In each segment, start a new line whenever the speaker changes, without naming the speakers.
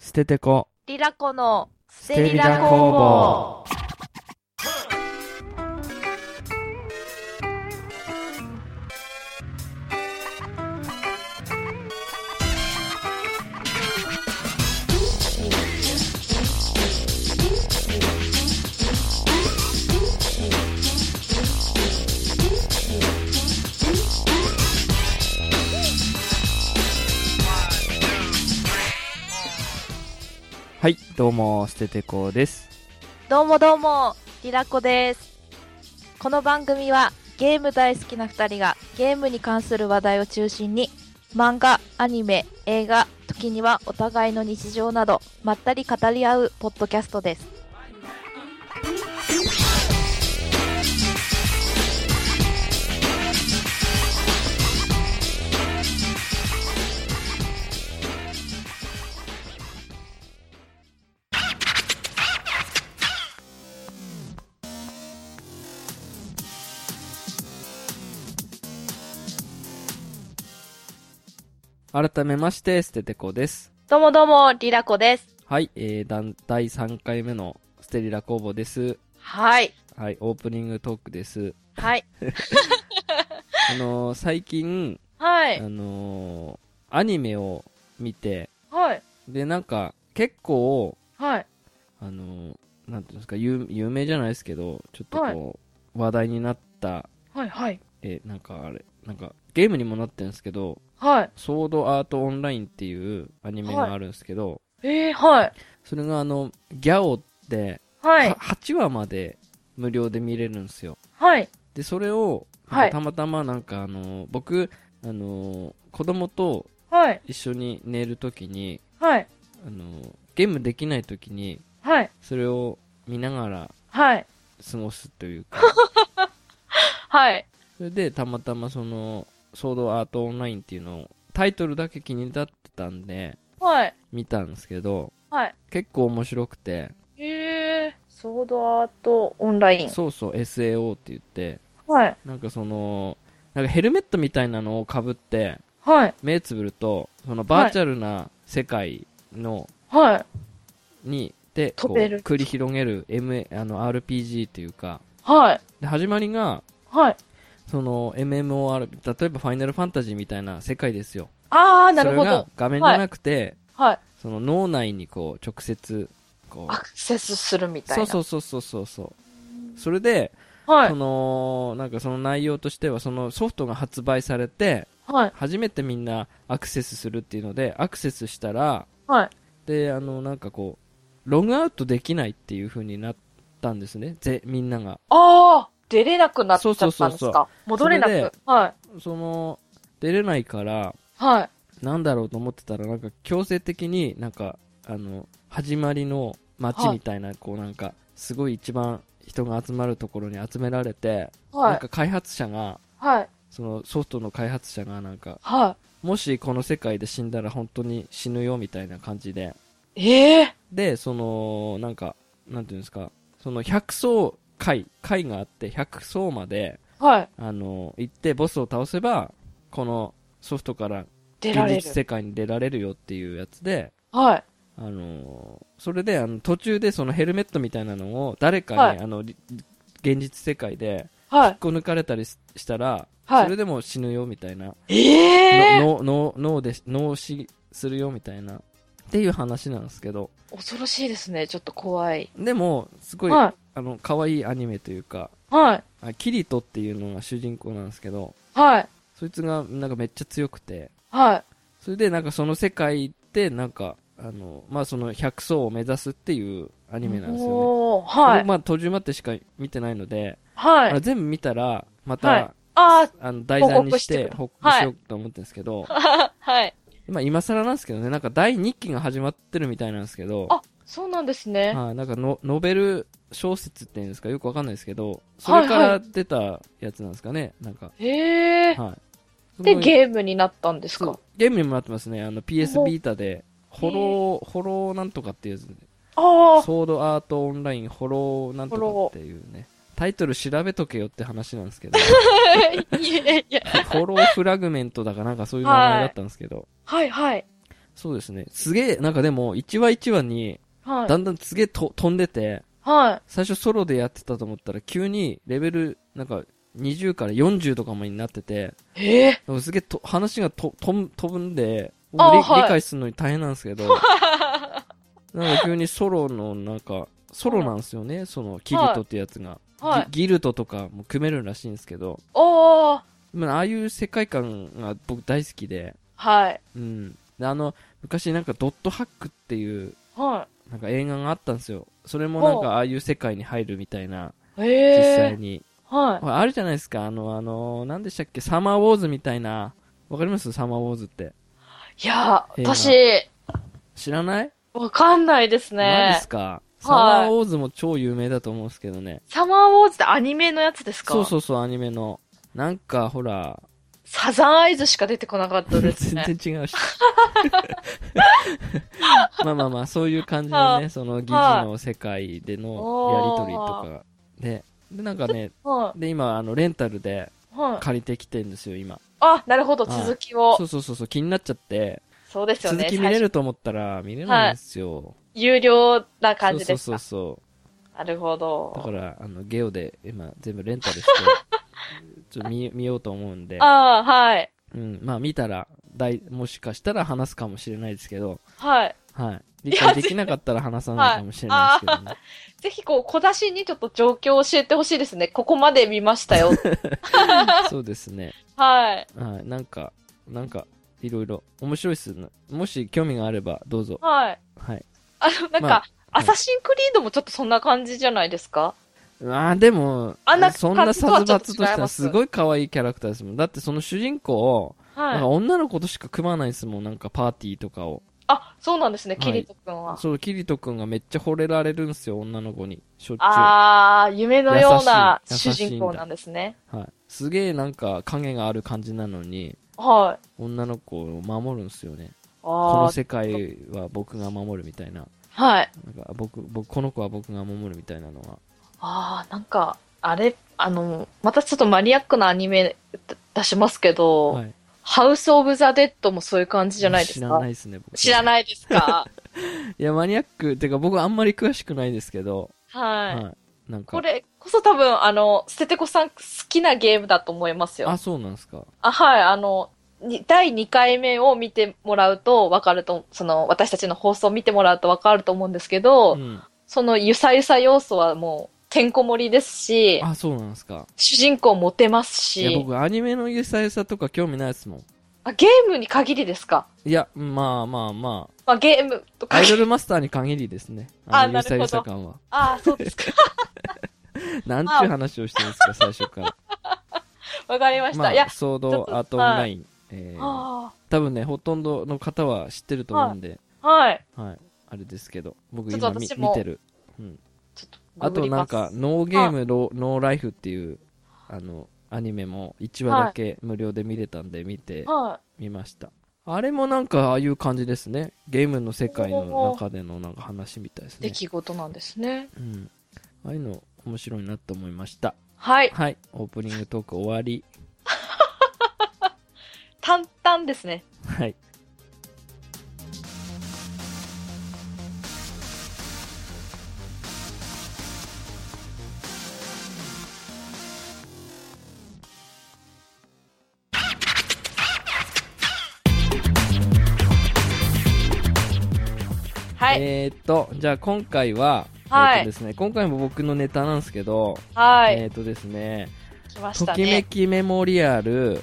捨ててこ
リラコのス
テリラ工房はいどうも捨ててこです
どうもどうも、リラコです。この番組はゲーム大好きな2人がゲームに関する話題を中心に漫画、アニメ、映画、時にはお互いの日常などまったり語り合うポッドキャストです。
改めまして捨ててこです
どうもどうも、リラコです。
はい、えー、だん第3回目のステリラ工房です
はい。
はいオープニングトークです
はい。
あのー、最近
は
あ。のー、アニメを見て
はい。
でなんか結構
はい。
あのー、なんていうんですか有有名じゃないですけどちょっとこう、話題になった
はい。はい。
えなんかあれなんかゲームにもなってるんですけど
はい。
ソードアートオンラインっていうアニメがあるんですけど、
えー、はい。
それがあの、ギャオって、
は
は。8話まで無料で見れるんですよ。
はい。
で、それを、
はい
たまたまなんかあの、僕、あの、子供と
はい。
一緒に寝るときに、
はい。
あの、ゲームできないときに、
はい。
それを見ながら
はい。
過ごすというか、
はい。
それでたまたまその、ソードアートオンラインっていうのを、タイトルだけ気になってたんで、
はい。
見たんですけど、
はい。
結構面白くて、
へえ、ソードアートオンライン。
そうそう、SAO って言って、
はい。
なんかその、なんかヘルメットみたいなのをかぶって、
はい。
目つぶると、そのバーチャルな世界の、
はい。
に、で、こ
飛
う、
べる
繰り広げる M、あの、RPG というか、
はい。
で、始まりが、
はい。
その、MMOR、例えばファイナルファンタジーみたいな世界ですよ。
ああ、なるほ
それが
ど。
画面じゃなくて、
はい。
その脳内にこう、直接、こ
ア
う、
クセスするみたい
そう
な。
そうそうそうそうそう。それで、
は
そ
い。
の、なんかその内容としては、そのソフトが発売されて、
はい。
初めてみんなアクセスするっていうのでアクセスしたら
はい。
であのなんかこうログアウトできないっていう風になったんですねぜみんなが
ああ、出れなくなっちゃったんですか。
そうそうそうそ
戻れな
それで
く。はい。
その出れないから
はい。
なんだろうと思ってたらなんか強制的になんかあの始まりの街みたいな、こうなんかすごい一番人が集まるところに集められて、
は
なん
い。
か開発者が
はい。
そのソフトの開発者がなんか
は
もしこの世界で死んだら本当に死ぬよみたいな感じで
い。ええ。
で、その、なんか、なんていうんですか、その100層階、階があって100層まで、
はい。
あの、行ってボスを倒せば、このソフトから
出ら
現
れ
実
る。
世界に出られるよっていうやつで、
はい。
あの、それで、あの、途中でそのヘルメットみたいなのを誰かに、
はい
あの、り現実世界で、
はい。
こう抜かれたりししたら、
はい
それでも死ぬよみたいな、
ええ。
のの脳で、脳死するよみたいな、っていう話なんですけど、
恐ろしいですね。ちょっと怖い。
でも、すごい、
は
あの、可愛いアニメというか、
い。はい。
あキリトっていうのが主人公なんですけど、
はい。
そいつがなんかめっちゃ強くて、
はい。
それでなんかその世界でなんか、あの、まあその100層を目指すっていうアニメなんですよね。
おーは
僕
い。
まあ途中までしか見てないので、
はい
あの。全部見たら、また、
はいあ
あの、題材にし
報告して
て
く
報告しようと思ってるんですけど、
あ、はい。
まあ今更なんですけどね、なんか第2期が始まってるみたいなんですけど、
あ、そうなんですね。
はい、なんかのノベル小説っていうんですかよくわかんないですけど、そ
はい
れから出たやつなんですかね、なんか。
へえ。
はい。
で、
ー
ゲームになったんですか
ゲームにもなってますね。あの PS
お
ビータで、ホロー、ホローなんとかっていうやつ、
あ
ソードアートオンラインホローなんとかっていうね。タイトル調べとけよって話なん ですけど、
あ。いやいや。
ホローフラグメントだかなんかそういう名前だったんですけど、
はいはい。
そうですね。すげえ、なんかでも、一話一話に、
はい。
だんだんすげえと飛んでて、
はい。
最初ソロでやってたと思ったら、急にレベル、なんか、20から40とかもになってて、
ええ
でもすげえと話がと飛ん飛ぶんで、
あー
理
はい
理解するのに大変なんですけ ど、なんか急にソロの、なんか、ソロなんですよね、その、キリトってやつが。
はい。
ギギルドとかも組めるらしいんですけど、
おー。
まあああいう世界観が僕大好きで、
はい。
うん。で、あの、昔なんかドットハックっていう、
は
なんか映画があったんですよ。それもなん
ほう
かああいう世界に入るみたいな、
い。
実
え
際
え
に。
はい。
ほ らあるじゃないですか、あの、あの、なんでしたっけ、サマーウォーズみたいな、わかりますサマーウォーズって。
いやー、
映画
私、
知らない
わかんないです
何で
ね
す。かサマーウォーズも超有名だと思うんですけどね。
サマーウォーズってアニメのやつですか
そう
う。
そうそう、アニメの。なんか、ほら、
サザンアイズしか出てこなかった
全
ですね。
然違う し。まあまあまあ、そういう感じの
は
ね、その疑似の世界でのやりとりとかで、で、なんかね、
は
で、今、あの、レンタルで
い。はい。
借りてきてるんですよ、今。
あ、なるほど、
はい
続きを
そ。うそうそうそう、気になっちゃって、
そうですよ
続
ね。
き見れ
最初
ると思ったら見れないんですよ。
有料な感じ
そう
です
そう
か
そう
なるほ
そう。だか
ど。
ら、あの、ゲオで今、全部レンタルして、 ちょっと見見ようと思うんで、
ああ、はい。
うん、まあ見たら、だいもしかしたら話すかもしれないですけど、
はい。
はい。理解できなかったら話さないかもしれないですけど ね。
ぜひ、こう、小出しにちょっと状況を教えてほしいですね。ここまで見まし たよ。
そうですね。
はい。
はい。なんか、なんか、いろいろ、面白いっすね。もし興味があれば、どうぞ。
はい。
はい。
あの、なんか、
まあ
アサシンクリードもちょっとそんな感じじゃないですか
あーでも、
あんな
そんな殺伐とし
感じとはちょっと違
た
いま
ら
す
すごい可愛いキャラクターですもん。だってその主人公、なんか
はい。
女の子としか組まないですもん。なんかパーティーとかを。
あ、そうなんですね、
はい
キリト君は。
そう、キリトくんがめっちゃ惚れられるんですよ、女の子に。しょっちゅう。は
ああ、夢のような
優しい
主
優しいんだ
人公なんですね。
い。すげえなんか影がある感じなのに、
はい。
女の子を守るんですよね。こ
あ
の世界は僕が守るみたいな。
あ、はい。
なんか僕僕この子は僕が守るみたいなのは
ああ、なんか、あれ、あの、またちょっとマニアックなアニメだ出しますけど、
はい
ハウス・オブ・ザ・デッドもそういう感じじゃないですか
知らないですね僕
知らないで すか
いやマニアックっていうか僕あんまり詳しくないですけど、
はい。
いなんか
これこそ多分、あの、ステテコさん好きなゲームだと思いますよ。
あ
あ
そうなんですか
はい、あの、に第2回目を見てもらうと分かると、その、私たちの放送を見てもらうと分かると思うんですけど、
うん、
そのゆさゆさ要素はもう、てんこ盛りですし、
あそうなんですか
主人公モテます
いや
し、
僕アニメのゆさゆさとか興味ないですもん
あゲームに限りですか
いやまあまあま
まあ、ゲーム
あ
とか
アイドルマスターに限りですね
あ
あの
な
ゆ
るほ
さゆさ
ど
感は
ああ、そうですか。
なんちゅう話をしてるんですか最初 から
わかりました。
ま
いや
あ、ソードアートオンライン、えー、
あ
多分ねほとんどの方は知ってると思うんで、
あはい。
はい。あれですけど、僕
ちょっ
今
と
み
私
見
も
てる。
ちょっと
あ
グ
と
グり
な
ま
ん
す、
か、ノーゲームロー、ノーライフっていう、あの、アニメも1話だけ無料で見れたんで見て
はい。
みました。あれもなんかああいう感じですね。ゲームの世界の中でのなんか話みたいですね
出。来事なんですね。
うん。ああいうの面白いなと思いました。
はい。
はい。オープニングトーク終わり。
淡々ですね。
はい。
はい。
えーっと、じゃあ今回は、
は
え
い
ーっとですね、今回も僕のネタなんですけど、
はい。
えーっとですね、
来まし
と
た
きめ
ね。
きメモリア ル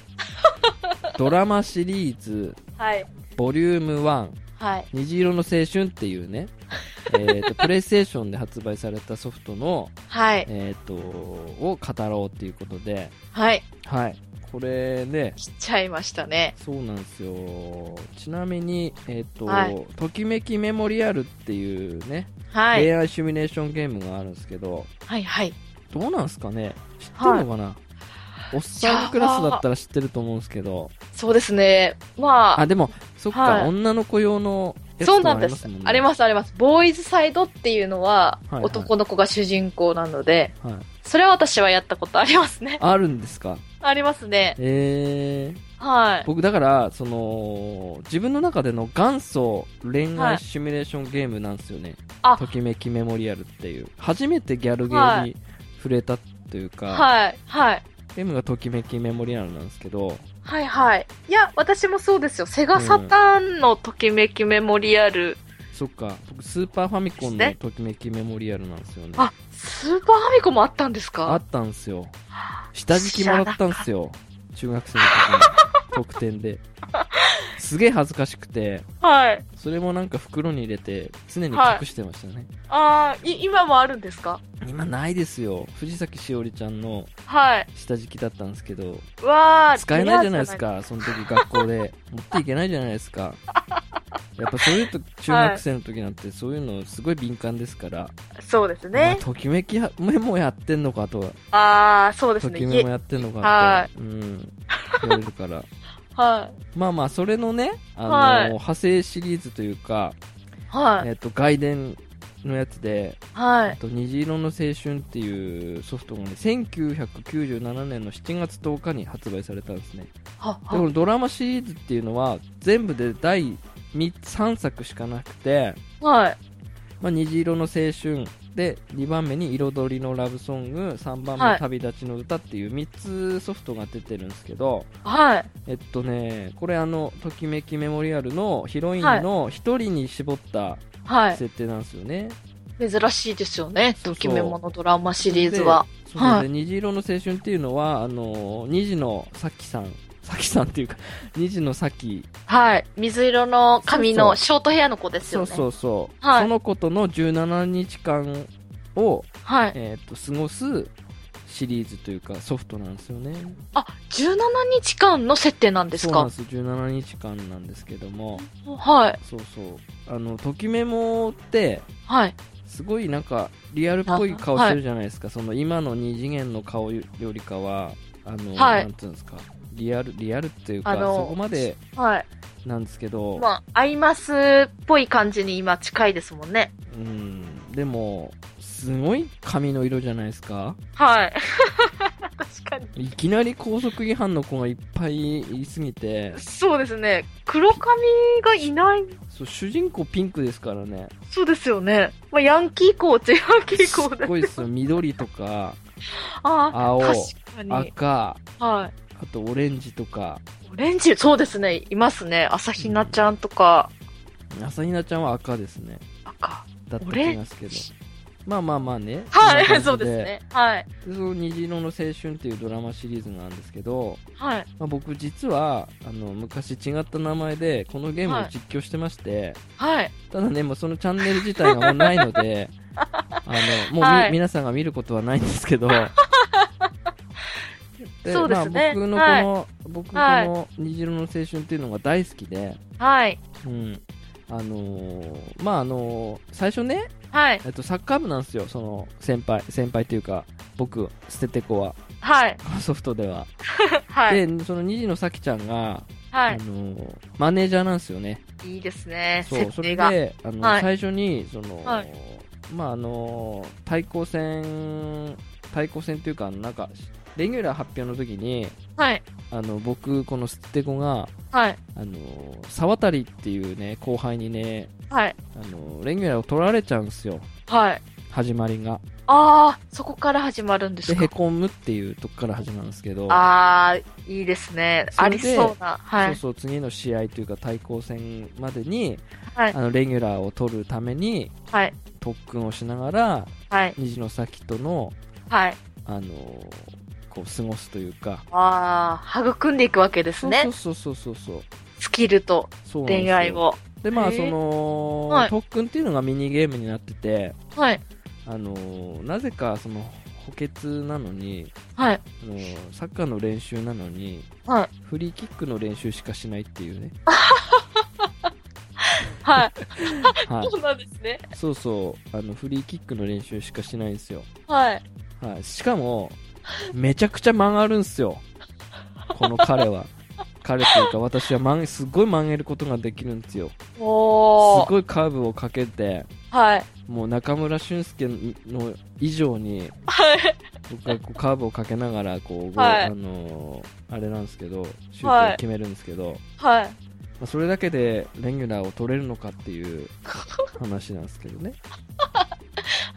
ドラマシリーズ
はい。
ボリューム1
はい。
虹色の青春っていう ねえーとプレイステーションで発売されたソフトの、
はい。
えー、とを語ろうっていうことで、
はい。
はい、これね
来ちゃいましたね。
そうなんですよちなみに、えーと
はい
ときめきメモリアルっていうね、
はい。
恋愛シミュレーションゲームがあるんですけど
はい。はい。
どうなんすかね知ってるのかな、おっさんのクラスだったら知ってると思うんですけど
そうですね。まあ、
あ、でも、そっか、
はい
女の子用のやつ
そう
とか
な
あ
ん
り
で
ますすもんね。
あります、あります。ボーイズサイドっていうのは、
はいはい
男の子が主人公なので、
はい。
それは私はやったことありますね。
あるんですか
ありますね。
えー、
はい。
僕だからその自分の中での元祖恋愛シミュレーションゲームなんですよね、
あ
ときめきメモリアルっていう初めてギャルゲーに触れたというか、
はい。はい。
ゲームがときめきメモリアルなんですけど
はいはい。いや、私もそうですよ。セガサターンのときめきメモリアル。
そっか僕スーパーファミコンのときめきメモリアルなんですよね
あ、スーパーファミコンもあったんです
あ
か
ったんすよ下敷きもらったんすよ中学生の時に特典 ですげえ恥ずかしくて
はい。
それもなんか袋に入れて常に隠してましたね、
ああ、い、今もあるんですか
今ないですよ藤崎しおりちゃんの
はい。
下敷きだったんですけど
わあ、
使えないじゃないです
レア
かその時学校 で持っていけないじゃないですかやっぱそういうと中学生の時なんてそういうのすごい敏感ですから、
じゃない。そうです
まあ
ね。
ときめきメモやってんのかとは
ああ、そうです
と
ね。
きめ
い
も
え
やってんのかって、
は
うん、言われる から
は
まあまあそれのね、あの
はい
派生シリーズというか、
い。はい。
えっと外伝のやつで
は
「えっ
い。
と虹色の青春」っていうソフトがね1997年の7月10日に発売されたんですね
は、
でこ
は、
のドラマシリーズっていうのは全部で第3作しかなくて
はい。
「まあ、虹色の青春」で2番目に「彩りのラブソング」3番
は
目
い
「旅立ちの歌」っていう3つソフトが出てるんですけど、
はい。
えっとね、これあの、ときめきメモリアルのヒロインの一人に絞った
はい。
設定なんですよね。
珍しいですよね。
う
ドキュメモのドラマシリーズは。
で。そうそう
は
で、虹色の青春っていうのは、あの、虹のさきさん、さきさんっていうか、虹のさき、
はい。水色の髪
そうそ
の
う
ショートヘアの子です
そ
よ
う
ね。
そうそう、
はい
その子との17日間を、
はい。
えっと、過ごすシリーズというか、ソフトなんですよね。
あ、17日間の設定なんです
そうなん
か
です、17日間なんですけども、
はい。
そうそう、あの、ときメモって、
はい。
すごいなんかリアルっぽい顔してるじゃないですか、その今の二次元の顔よりかはあの、
はい
なんていうんですかリアルリアルっていうか
あの
そこまで
はい。
なんですけど、
まあ、アイマスっぽい感じに今近いですもんね。
うんでもすごい髪の色じゃないですか
はい。 確かに。
いきなり高速違反の子がいっぱいいすぎて
そうですね。黒髪がいない。
そう主人公ピンクですからね
そうですよね。まあ、ヤンキー校っちゃヤンキ
す
ー校で
っ。ごいですよ緑とか
あ
青
あ、確かに。
赤
は
あとオレンジとか
い。オレンジ、そうですね。いますね。朝比奈ちゃんとか、
朝比奈ちゃんは赤ですね
赤。
だった気がするけどまあまあまあね
は
こん
い、
な感じ
そうですね。はい。
でその「虹色の青春」っていうドラマシリーズなんですけど、
はい。
まあ、僕実はあの昔違った名前でこのゲームを
はい
実況してまして、
はい。
ただねもうそのチャンネル自体がもうないの であのもうみ、
はい
皆さんが見ることはないんです けど
そうですね
僕のこ
はい
の、僕この「虹色の青春」っていうのが大好きで、
はい。
うんあのーまああのー最初ね
はい。
えっと、サッカー部なんですよ、その先輩、先輩というか、僕、捨てて子 は、
はい。
ソフトでは。
はい。
で、その二児の咲ちゃんが、
は
あのマネージャーなんですよね。
い。いいですね。
そう、
設
それ
定が。
で、あの、
はい
最初に、その、
はい
まあ、あの対抗戦、対抗戦というか、あのなんか、レギュラー発表の時に、
はい。
あの、僕、この捨てて子が、
はい。
あの沢渡っていうね、後輩にね、
はい。
あのレギュラーを取られちゃうんですよ、
はい。
始まりが。
ああ、そこから始まるんで
ですへ
か。
こむっていうとこから始まるんですけど
ああ、いいですね。
そ
あ
れで
りそうな。は
そう
い。
そう次の試合というか対抗戦までに、
はい
あのレギュラーを取るために
はい。
特訓をしながら
はい。
虹の先との、
はい。
あのこう過ごすというか、
ああ、育んでいくわけですね。
そうそうそうそうそう
スキルと
そうなんですよ
恋愛を。
でまあ
へえ
その、
はい
特訓っていうのがミニゲームになってて、
はい。
あのなぜかその補欠なのに、
はい。
あのサッカーの練習なのに
はい。
フリーキックの練習しかしないっていうね、
はい。
はい、
そうなんですね。
そうそうあのフリーキックの練習しかしないんですよ、
はい。
はい、しかもめちゃくちゃ曲がるんすよこの彼は彼というか私は曲げすごい曲げることができるんですよす
おー。
ごいカーブをかけて
はい。
もう中村俊輔の以上に
はい。
僕がこうカーブをかけながらこう、
はい
あのーあれなんですけどシュー
は
ト
い
を決めるんですけど、ま
はい。
あ、それだけでレギュラーを取れるのかって いう話なんですけどね、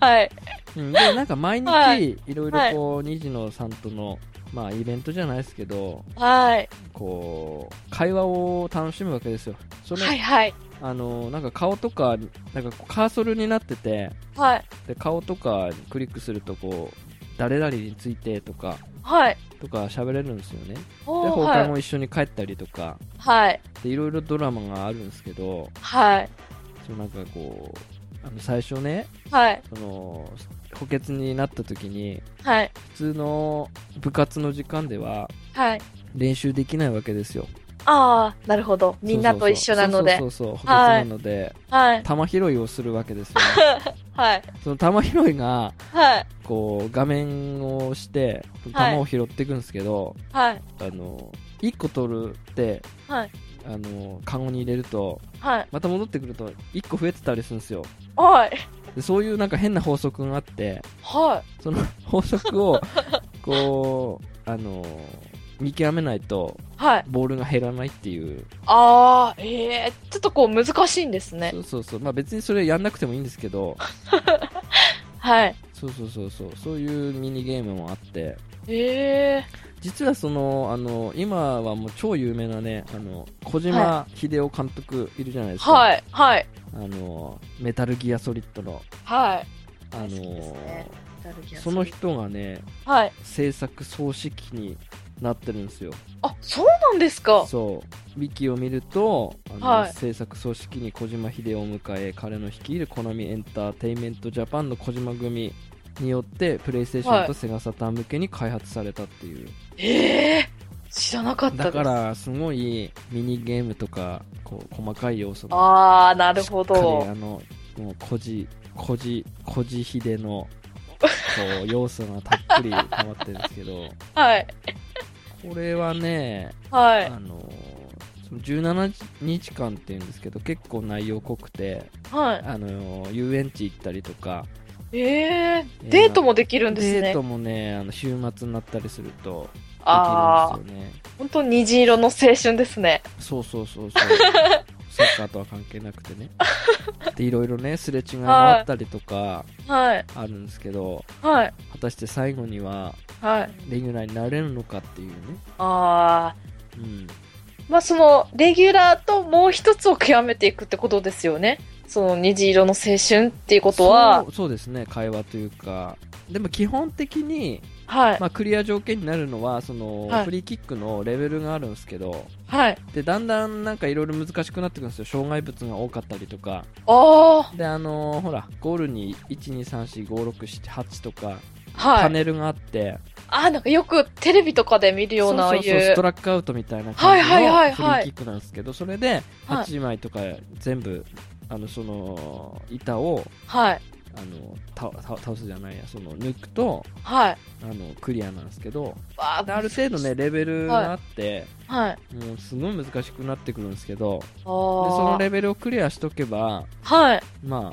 はい。
うん、でなんか毎
は
日いろいろこう虹野さんとの、まあ、イベントじゃないですけど
はい。
こう会話を楽しむわけですよそれ、
はい。はい。
あのーなんか顔とかなんかこうカーソルになってて
はい。
で顔とかにクリックするとこう誰々についてとか
はい。
とか喋れるんですよねで
おーは
他
い。
も一緒に帰ったりとか
はい。
でいろいろドラマがあるんですけど
はい。
そのなんかこうあの最初ね
はい。
その補欠になった時に
はい。
普通の部活の時間では
はい。
練習できないわけですよ
ああ、なるほど。みんなと一緒なので。
そうそうそうそう補欠なので、
はい。
球拾いをするわけですよ
はい。
その球拾いが
はい。
こう画面を押して球
はい
を拾っていくんですけど、
はい。
あの1個取るって
はい。
あのカゴに入れると
はい。
また戻ってくると1個増えてたりするんですよ
はい。
でそういうなんか変な法則があって
はい。
その 法則をこうあの見極めないと
はい。
ボールが減らないっていう
ああ、ええちょっとこう難しいんですね
そ。うそうそうまあ別にそれやんなくてもいいんですけど
はい。
そうそうそうそうそういうミニゲームもあって
ええ
実はそのあの今はもう超有名なねあの小島秀夫監督いるじゃないですか、
はい。はい。
あのメタルギアソリッドの
はい。
あの
大好きですね
その。人がね
はい。
制作総指揮になってるんですよ
あ、そうなんですか。
そうウィキを見るとあの、
はい
制作組織に小島秀夫を迎え彼の率いるコナミエンターテインメントジャパンの小島組によってプレイステーション
は
と
い
セガサターン向けに開発されたっていう、
ええ知らなかっ
だ
たです。
からすごいミニゲームとかこう細かい要素が
ああ、なる
し
ほ
っかり
ど
あ。のもう小じ小じ小じ秀 のこう要素がたっぷり溜まってるんですけど
はい。
これはね
はい。
あのーその17日間っていうんですけど結構内容濃くて、
はい。
あのー遊園地行ったりとか
ええデートもできるんです
デー
ね
ト。もねあの週末になったりするとでき
あ
る
あ
ん、ですよね
本当虹色の青春ですね。
そうそうそうそう サッカーとは関係なくてねでいろいろねすれ違いもあったりとか
はい。
あるんですけど
はい。
果たして最後には
はい。
レギュラーになれるのかっていうね、
ああ。
うん、
まあその、レギュラーともう一つを極めていくってことですよね。その虹色の青春っていうことは
そ。うそうですね会話というかでも基本的に
はい。
まあ、クリア条件になるのはその、
はい
フリーキックのレベルがあるんですけど
はい。
でだんだんなんかいろいろ難しくなってくるんですよ障害物が多かったりとか
あ
であのーほらゴールに12345678とか、
あ、は
パ
い。
ネルがあって
ああ、なんかよくテレビとかで見るような、ああ
そ
いうう。
そうそうストラックアウトみたいな感じの
はいはいはい
フリ
はい
ーキックなんですけどそれで
はい
8枚とか全部あのその板を
はい。
あのたた倒すじゃないやその抜くと
はい。
あのクリアなんですけど
わあ
である程度ねレベルがあって。
はい。
もうすごい難しくなってくるんですけどで
あ
その
ー
レベルをクリアしとけば
はい。
まあ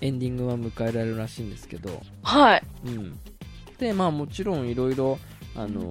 エンディングは迎えられるらしいんですけど、
はい。
うん、でまあもちろんいろいろあのー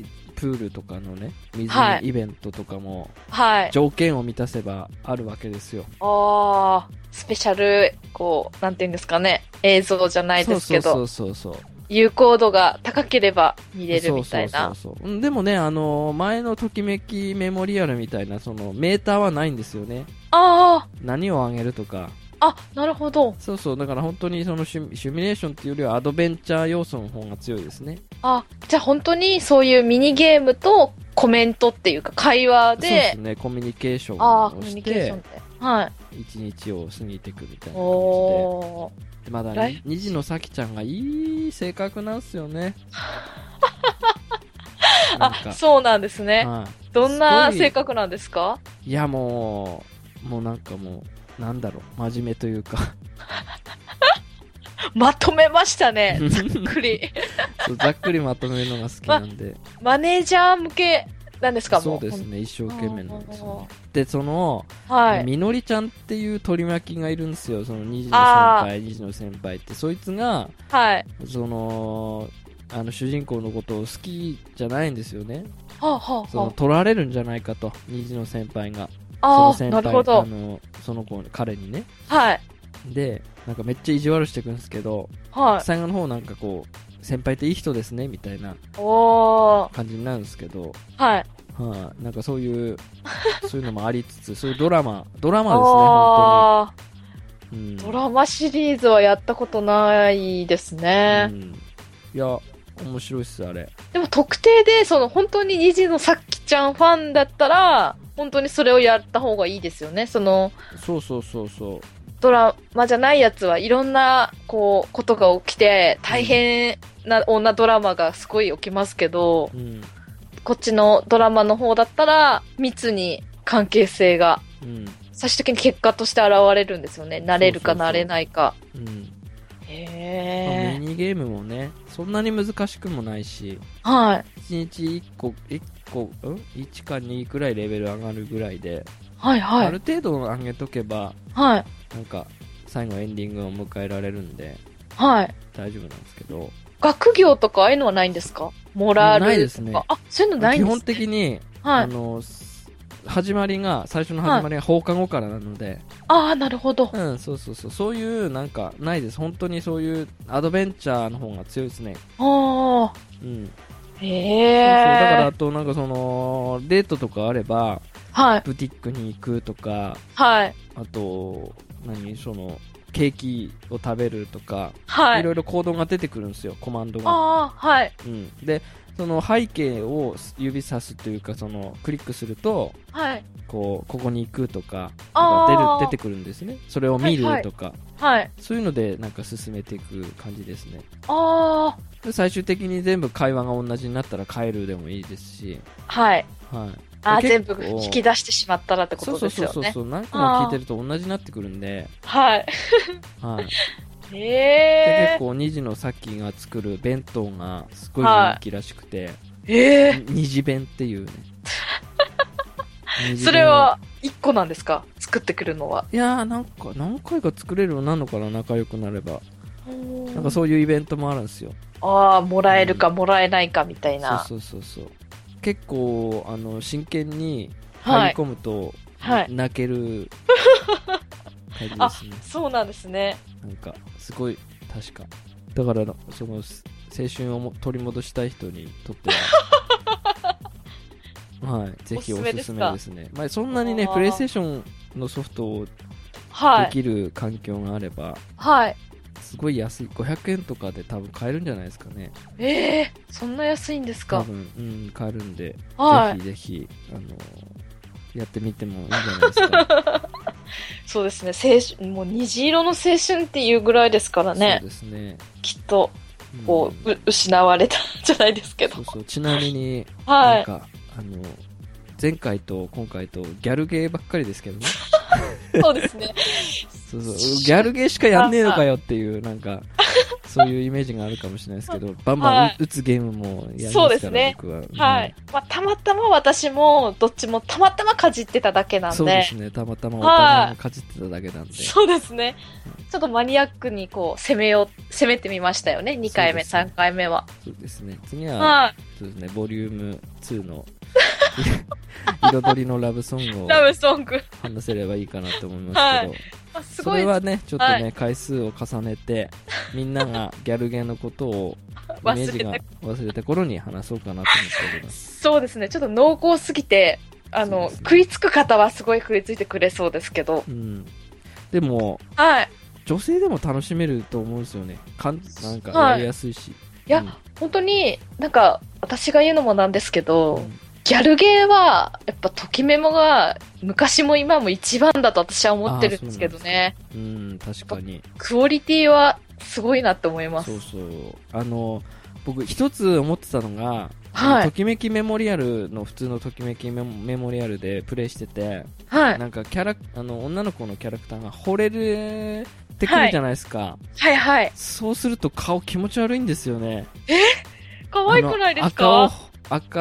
いプールとかのね水
はい
イベントとかも
はい。
条件を満たせばあるわけですよ、
ああ、スペシャル、こう、なんていうんですかね。映像じゃないですけど、
そうそうそうそう
有効度が高ければ見れる
そう
み
そ
たいう
そ
な
う。そううんでもねあのー前のときめきメモリアルみたいなそのメーターはないんですよね
あ
何をあげるとか
あ、あ、なるほど。
そうそうだから本当にそのシミシミュレーションっていうよりはアドベンチャー要素の方が強いですね
あ、じゃあ本当にそういうミニゲームとコメントっていうか会話
そうです
で、
ねコミュニケーショ
ああ、
ン
コ
を
ミュ
し
ニケーション
て
って。はい。
一日を過ぎていくみたいな感じ
お
で
ー。
でまだ
ライ
ね虹の咲ちゃんがいい性格なんすよねなん
あ、
か
そうなんですね。
は
どんな
すごい
性格なんですか
い、いやもうもうなんかもうなんだろう真面目という か
まとめましたね。ざっくり。
そうざっくりまとめるのが好きなんで、
マネージャー向けなんですか、も。
そううですね一生懸命なんですよねでその、
はい。
みのりちゃんっていう取り巻きがいるんですよその2時の先
あ
輩2時の先輩ってそいつが
はい。
そのあの主人公のことを好きじゃないんですよね
はあ、
そ
はあ、
の
は
取られるんじゃないかと2時の先輩が
あ。あ
そ
あ、
の先輩
なるほ
あ
ど。
のその子彼にね
はい。
でなんかめっちゃ意地悪してくんですけど、
はい。
最後の方なんかこう先輩っていい人ですねみたいな
おー。
感じになるんですけど、
はい。
はい、なんかそう いうそういうのもありつつそういうドラマドラマですね本
あー
当に、うん、
ドラマシリーズはやったことないですね。
うん、いや面白いっすあれ
でも特定で、その本当に虹のさっきちゃんファンだったら、本当にそれをやった方がいいですよね。その
そうそうそうそう
ドラマじゃないやつはいろんな、こう、ことが起きて、大変な女ドラマがすごい起きますけど、
うん
こっちのドラマの方だったら、密に関係性が、
うん
最終的に結果として現れるんですよね。なれるかなれないか。
うんまあ
へえ。
ミニゲームもねそんなに難しくもないし
はい。
1日1個1個ん1か2くらいレベル上がるぐらいで、
はいは
あ
い。
る程度上げとけば
はい。
なんか最後エンディングを迎えられるんで
はい。
大丈夫なんですけど
学業とかああいうのはないんですかモラルとか。
ないですね
あ、そういうのない
基
んで
本
す
的に、
は
あ
い。
のす始まりが最初の始まりが放課後からなので、
ああ、なるほど。
うんそうそうそうそういうなんかないです本当にそういうアドベンチャーの方が強いですね
ああ。
うん、そうそう
へ
だから
え
あ。となんかそのデートとかあれば
はい。
ブティックに行くとか
はい。
あと何そのケーキを食べるとか、
はい
ろ
い。
いろ行動が出てくるんですよコマンドが
ああ、はい。
うん、でその背景を指さすというかそのクリックすると
はい。
こうここに行くとか
あ
なん
ー
か出る出てくるんですねそれを見る
はいはい
とか、
はい。
そういうのでなんか進めていく感じですね
あ
で最終的に全部会話が同じになったら帰るでもいいですし、
あ。はい。
はい、
ああ、
で
全
結
部
構
引き出してしまったらってこ
そ
と
うそ
で
う
す
そう
よ
そうそう
ね。
何個も聞いてると同じになってくるんで、
はい。
はい、
へ
で
え
結。構2時のさっきが作る弁当がすごい人気らしくて、
ええ。
二次弁っていうね二次弁を
それは、一個なんですか作ってくるのは。
いやーなんか何回か作れるようになるのかな仲良くなればなんかそういうイベントもあるんですよ
ああ、もらえるかもらえないかみたいな。
そうそうそうそう結構あの真剣に
は
入
い
り。込むと、
はい
泣け る感じです
そうなんですね。
ねなんかすごい確かだからなそのす青春をも取り戻したい人にとって ははいぜひおすす
おすすめですか
めですねまあ、そんなにね
あー
プレイステーションのソフトをで
はい。
きる環境があれば、
はい。
すごい安い500円とかで多分買えるんじゃないですかね
ええそんな安いんです
多
か
分うん買えるんで、
は
ぜひぜひあのやってみてもいいんじゃないですか
い。そうですね。青春、もう虹色の青春っていうぐらいですから ね
そう。ですね、
きっと、
うん
こう、う失われたじゃないですけ
そ
ど
う。そうちなみに、
は
なん
い。
かあの前回と今回とギャルゲーばっかりですけ どね
そうですね。
そうそうギャルゲーしかやんねえのかよっていうなんかそういうイメージがあるかもしれないですけどバンバン打,、
はい
つゲームもやります
そ
か
うで
ら、
すね
僕は、うん
はい。まあ、たまたま私も、どっちもたまたまかじってただけなんで。
そうですねたまたまお互いもかじってただけなんで
そうですね。ちょっとマニアックにこう、攻めよう、攻めてみましたよね。2回目、
そうですね
3回目は。
そうですね次は
はい。
そうですね、ボリューム2の 彩りのラブソングを
ラブソング。
話せればいいかなと思いますけど、
はいあす
そ
ごい
れはね、ちょっとね、
は
回数を重ねて、みんながギャルゲーのことを、イメ
忘れ
ー
て
ジが忘れた頃に話そうかなと思っております。
そうですね。ちょっと濃厚すぎて、あ
そ
の、
うですね
食いつく方はすごい食いついてくれそうですけど。
うん、でも、
はい。
女性でも楽しめると思うんですよね。かんなんか
はい
やりやすいし。
いや
うん
本当に、なんか、私が言うのもなんですけど、
うん
ギャルゲーは、やっぱ、ときメモが、昔も今も一番だと私は思ってるんですけどね。
うん、確かに。
クオリティは、すごいなって思います
そう。そう。あの、僕一つ思ってたのが、
はい
ときめきメモリアルの普通のときめきメモメモリアルでプレイしてて、
はい。
なんかキャラあの女の子のキャラクターが惚れるってくるじゃないですか、
はいはい。
そうすると顔気持ち悪いんですよね
可愛くないです
あの
か
赤を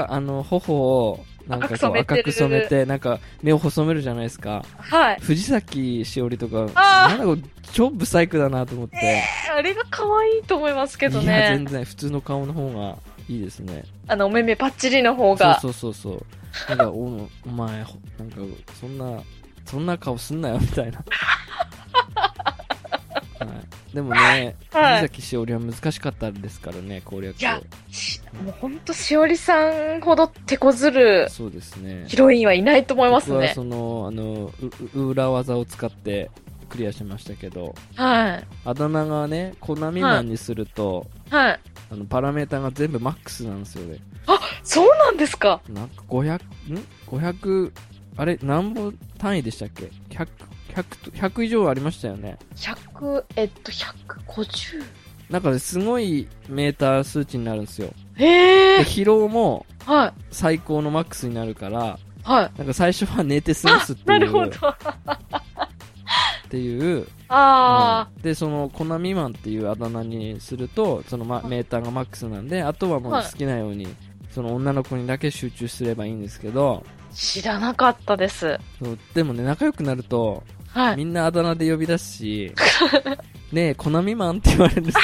赤あの頬をなんか
赤く
こ
染
う
めてる
赤く染めて、なんか目を細めるじゃないですか。
はい。
藤崎しおりとか、
あ
なん
ー
かこう、超ブサイクだなと思って。
あれが可愛いと思いますけど
いや、
ね
全。然普通の顔の方がいいですね。
あの、お目目パッチリの方が。
そうそうそうそう。なんか、おお前、ほなんか、そんな、そんな顔すんなよ、みた いな。はい、でもね、
はい
藤崎しおりは難しかったですからね、攻略
いやしもうほんとしおりさんほど手こずる
そうですね。
ヒロインはいないと思います
僕は
ね。
その、あの、うう裏技を使ってクリアしましたけど、
はい。
あだ名がね、コナミマンにすると、
はい。
あの、パラメータが全部マックスなんですよね。
そうなんですか
なんか500、ん ?500、あれ、何本単位でしたっけ ?100、100と、100以上ありましたよね。
?100、えっと、150?
なんかねすごいメーター数値になるんですよ。
え
で、
え
疲労も
は
最高のマックスになるから、
い。はい。
なんか最初は寝て過ごすって
ないるほ
う、
ど
っ。ていう、
あ
うんで、その、コナミマンっていうあだ名にすると、その、ま、メーターがマックスなんで、あとはもう
はい
好きなように、その女の子にだけ集中すればいいんですけど、
あ、知らなかったです。
そうでもね、仲良くなると、
はい。
みんなあだ名で呼び出す し、ねえ、コナミマンって言われるんですよ。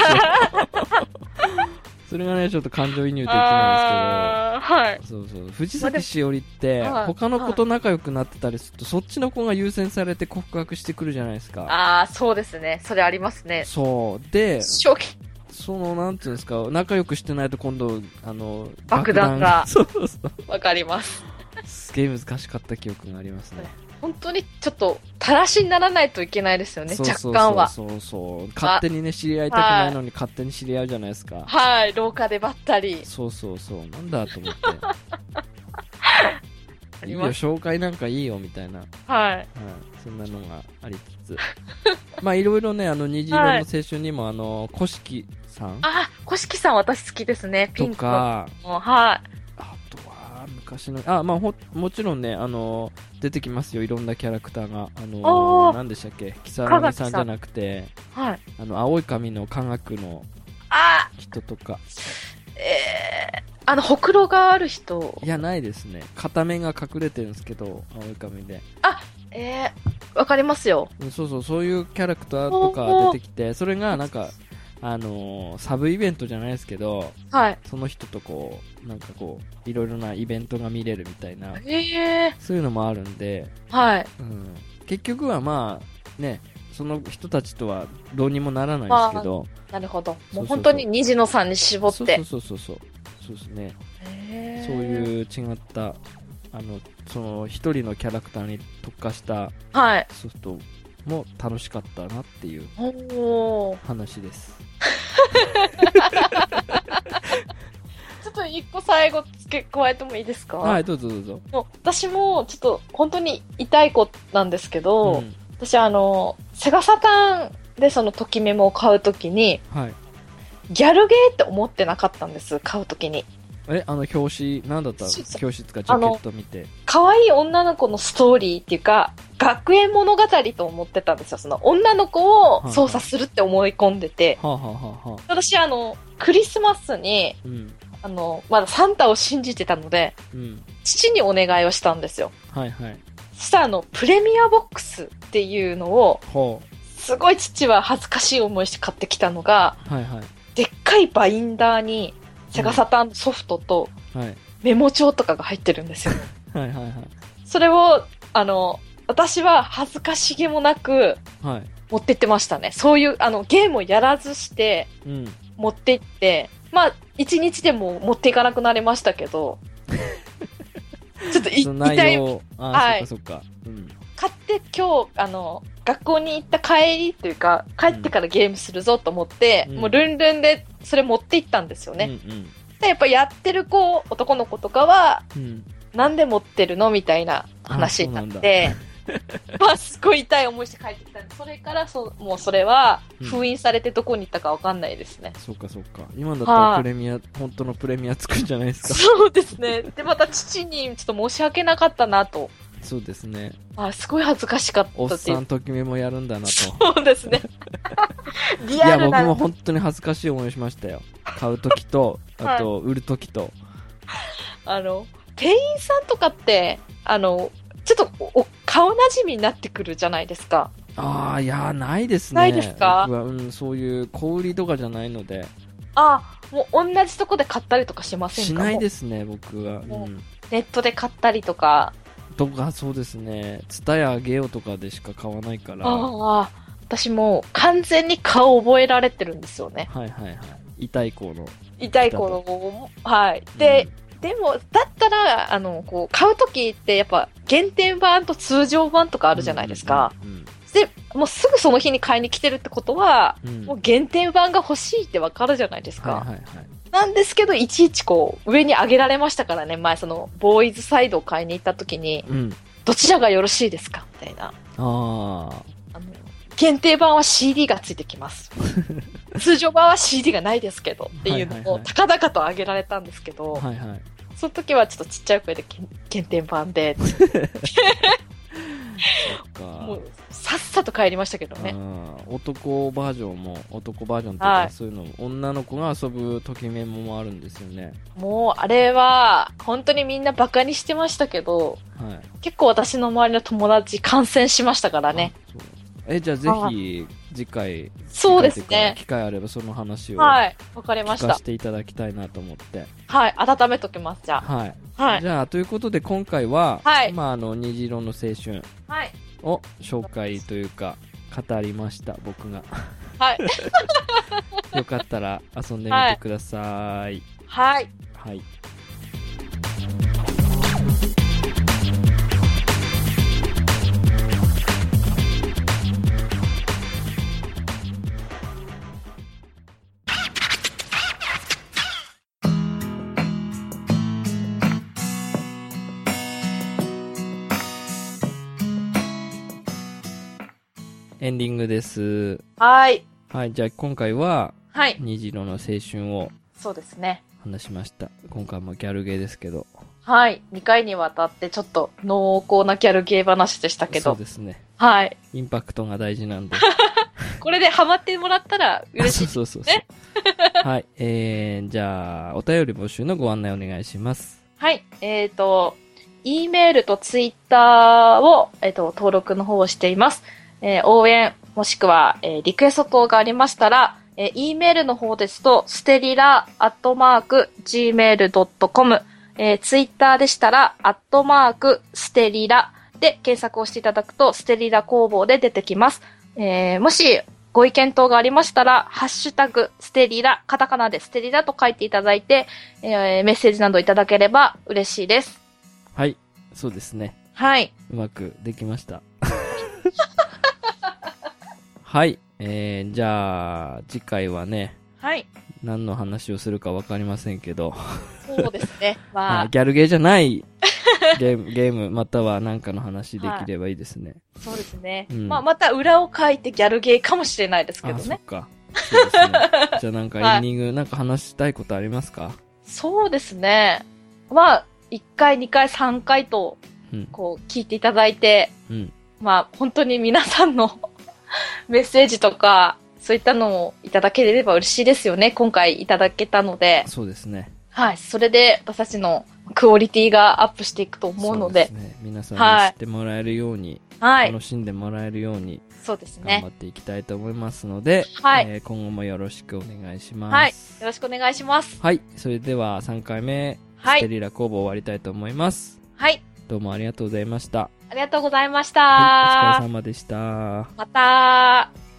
それがね、ちょっと感情移入できないんで
あーはい。
すけど、そうそう、藤崎しおりって、
はい
他の子と仲良くなってたりすると、そっちの子が優先されて告白してくるじゃないですか。
ああ、そうですね。それありますね。
そう。で、
初期。
その、なんていうんですか、仲良くしてないと今度、あの、
爆弾 が
そうそうそう。
わかります。
すげえ難しかった記憶がありますね。
本当にちょっと、垂らしにならないといけないですよね、
そうそうそう
若干は。
そうそう。勝手にね、知り合いたくないのに勝手に知り合うじゃないですか。
はい、廊下でばったり。
そうそうそう、なんだと思っ
あ
て。いい
り
よ、
ます
紹介なんかいいよ、みたいな。はい、
はい。
そんなのがありつつ。まあ、いろいろね、あの、虹色の青春にも、あの、古式さん
あ、小敷さん私好きですね、
と
ピンクの。
か、
はい。
あとは、昔の、あ、まあ、ほ、もちろんね、あの、出てきますよ、いろんなキャラクターが。あ
お
の、
ー
なんでしたっけ、キサラメさんじゃなくて、
はい。
あの、青い髪の科学の
あ、
人とか。
えー、あの、ほくろがある人
い。や、ないですね。片目が隠れてるんですけど、青い髪で。
えー、わかりますよ。
うんそうそうそういうキャラクターとか出てきてそれがなんかあのーサブイベントじゃないですけど
はい。
その人とこうなんかこういろいろなイベントが見れるみたいな
えー、
そういうのもあるんで、
はい。
うん、結局はまあねその人たちとはどうにもならないですけど
なるほど。
そうそうそ
も
う
う本当に虹野さんに絞って。
そうそうそうそうそうですね
えー
そういう違ったあのその一人のキャラクターに特化した
はい。
ソフトも楽しかったなっていう
おー
話です
ちょっと一個最後付け加えてもいいですか
はいどうぞどうぞ
もう私もちょっと本当に痛い子なんですけど、
うん
私あのセガサターンでそのときメモを買うときに
はい。
ギャルゲーって思ってなかったんです買うときに
え、あの表紙、なんだったの
そうそう
表紙つかジャケット見て。
可愛い女の子のストーリーっていうか学園物語と思ってたんですよその女の子を操作するって思い込んでて、
はあ、はあはあはあ、
私あのクリスマスに
うん。
あのまだサンタを信じてたので
うん。
父にお願いをしたんですよ
はいはい。
そしたらあのプレミアボックスっていうのを
ほ
すごい父は恥ずかしい思いして買ってきたのが、
う。はいはい。
でっかいバインダーに、セガサターンのソフトと
はい。
メモ帳とかが入ってるんですよ。
はいはい
それを、あの、私は恥ずかしげもなく
はい。はい。
持ってってましたね。そういう、あの、ゲームをやらずして
うん。
持ってって、まあ、一日でも持っていかなくなりましたけ ど、ちょっとい
その
痛
内
い
容、あ、
はい
そっかそっか。うん。
買って今日あの学校に行った帰りというか帰ってからゲームするぞと思って、
うん
もうルンルンでそれ持って行ったんですよね、
うんうん。
でやっぱやってる子男の子とかは
うん。
なんで持ってるのみたいな話になってまあすごい痛い思いして帰ってきたんでそれからそうもうそれは
うん
封印されてどこに行ったかわかんないですね、
そっかそっか。今だったら
はい
プレミア、本当のプレミアつくんじゃないですか。
そうですねでまた父にちょっと申し訳なかったなと
そうですね。
あすごい恥ずかしかった
おっ
ってい
さ
うん
ときめもやるんだなと。
そうで すね
い
リア
や、
ル
僕
な
も本当に恥ずかしい思いしましたよ。買うときと、
はい
あと、売るときと。
あの、店員さんとかって、あの、ちょっとおお顔なじみになってくるじゃないですか。
ああ、いやー、ないですね。
ないですか
僕は、うん、そういう小売りとかじゃないので、
ああ、もう同じとこで買ったりとかしませんか
しないですね、僕は。うん。
ネットで買ったりとか。
とか、そうですね。ツタヤあげよとかでしか買わないから。は
ああ、私もう完全に顔覚えられてるんですよね。
いはいはい。痛い子の。
痛い頃も、はい。で、でも、だったら、あの、こう、買うときってやっぱ限定版と通常版とかあ
あ
るじゃないですか。。
うん
で、もうすぐその日に買いに来てるってことは、
うんうん。
もう限定版が欲しいってわかるじゃないですか。
はいはいはい。
なんですけど、いちいちこう、上に上げられましたからね、前、その、ボーイズサイドを買いに行った時に、
うん。
どちらがよろしいですかみたいな。
ああ。
あの、限定版は CD がついて きます。通常版は CD がないですけど、っていう
はいはい
の
は
を、
い
高々と上げられたんですけど、
はいはい。
その時はちょっとちっちゃい声で、限限定版で、
そっか
もう、さっさと帰りましたけどね。
あー男バージョンも男バージョンと
は
か
い
そういうのも女の子が遊ぶときめももあるんですよね
もう、あれは、本当にみんなバカにしてましたけど、
はい
結構私の周りの友達感染しましたからね。
あそうえじゃあぜひ次回
そうです
次回とい。
ね
うか機会あればその話を聞
はい、わかりま
か
した
せ。ていただきたいなと思って
はい、温めときます、じゃ
はい、
あ。はい。
じゃあということで今回は、
はい
まあ、あの虹色の青春
はい。
を紹介というか語りました僕が
はい。
よかったら遊んでみてください
はい。
はいエンディングです。
はい。
はい、じゃあ今回は
はい。
虹色の青春を
そうですね。
話しました。今回もギャルゲーですけど。
はい。2回にわたってちょっと濃厚なギャルゲー話でしたけ
そう
ど。
ですね。
はい。
インパクトが大事なんで。
これでハマってもらったら嬉し い。
そうそうそうそう。はい。えー、じゃあ、お便り募集のご案内お願いします。
はい。えっ、ー、と、E メールと Twitter を、えー、と登録の方をしています。えー応援、もしくは、えーリクエスト等がありましたら、えー、E メールの方ですと、ステリラアットマーク gmail.com、えー、Twitter でしたら、アットマークステリラで検索をしていただくと、ステリラ工房で出てきます。えーもし、ご意見等がありましたら、ハッシュタグ、ステリラ、カタカナでステリラと書いていただいて、えーメッセージなどいただければ嬉しいです。
はい。そうですね。
はい。
うまくできました。 はい。えー、じゃあ、次回はね、
はい。
何の話をするかわかりませんけど、
そうです ね。ま
は
あ
い、ギャルゲーじゃないゲーム、ゲーム、または何かの話できればいいですね。
そうですね。
うん
まあ、また裏を書いてギャルゲーかもしれないですけ
あ、
ど
そ
ね
っ。か。そうです ね。じゃあなんかエンディング、なんか話したいことありますか
そうですね。まあ、1回、2回、3回と、
うん。
こう、聞いていただいて、
うん。
まあ、本当に皆さんの メッセージとか、そういったのをいただければ嬉しいですよね。今回いただけたので。
そうですね。
はい。それで、私たちのクオリティがアップしていくと思うの
そ
で。
うすね、皆さん
は
に知
い
ってもらえるように、
はい。
楽しんでもらえるように
そうです
頑
ね
張。っていきたいと思いますので、
はい
えー今後もよろしくお願いします。
はい。よろしくお願いします。
はいそれでは3回目、
は
ステ
い。
リラ工房終わりたいと思います。
はい。
どうもありがとうございました。
ありがとうございまし
はい、お疲
た。
れ様でした。
また。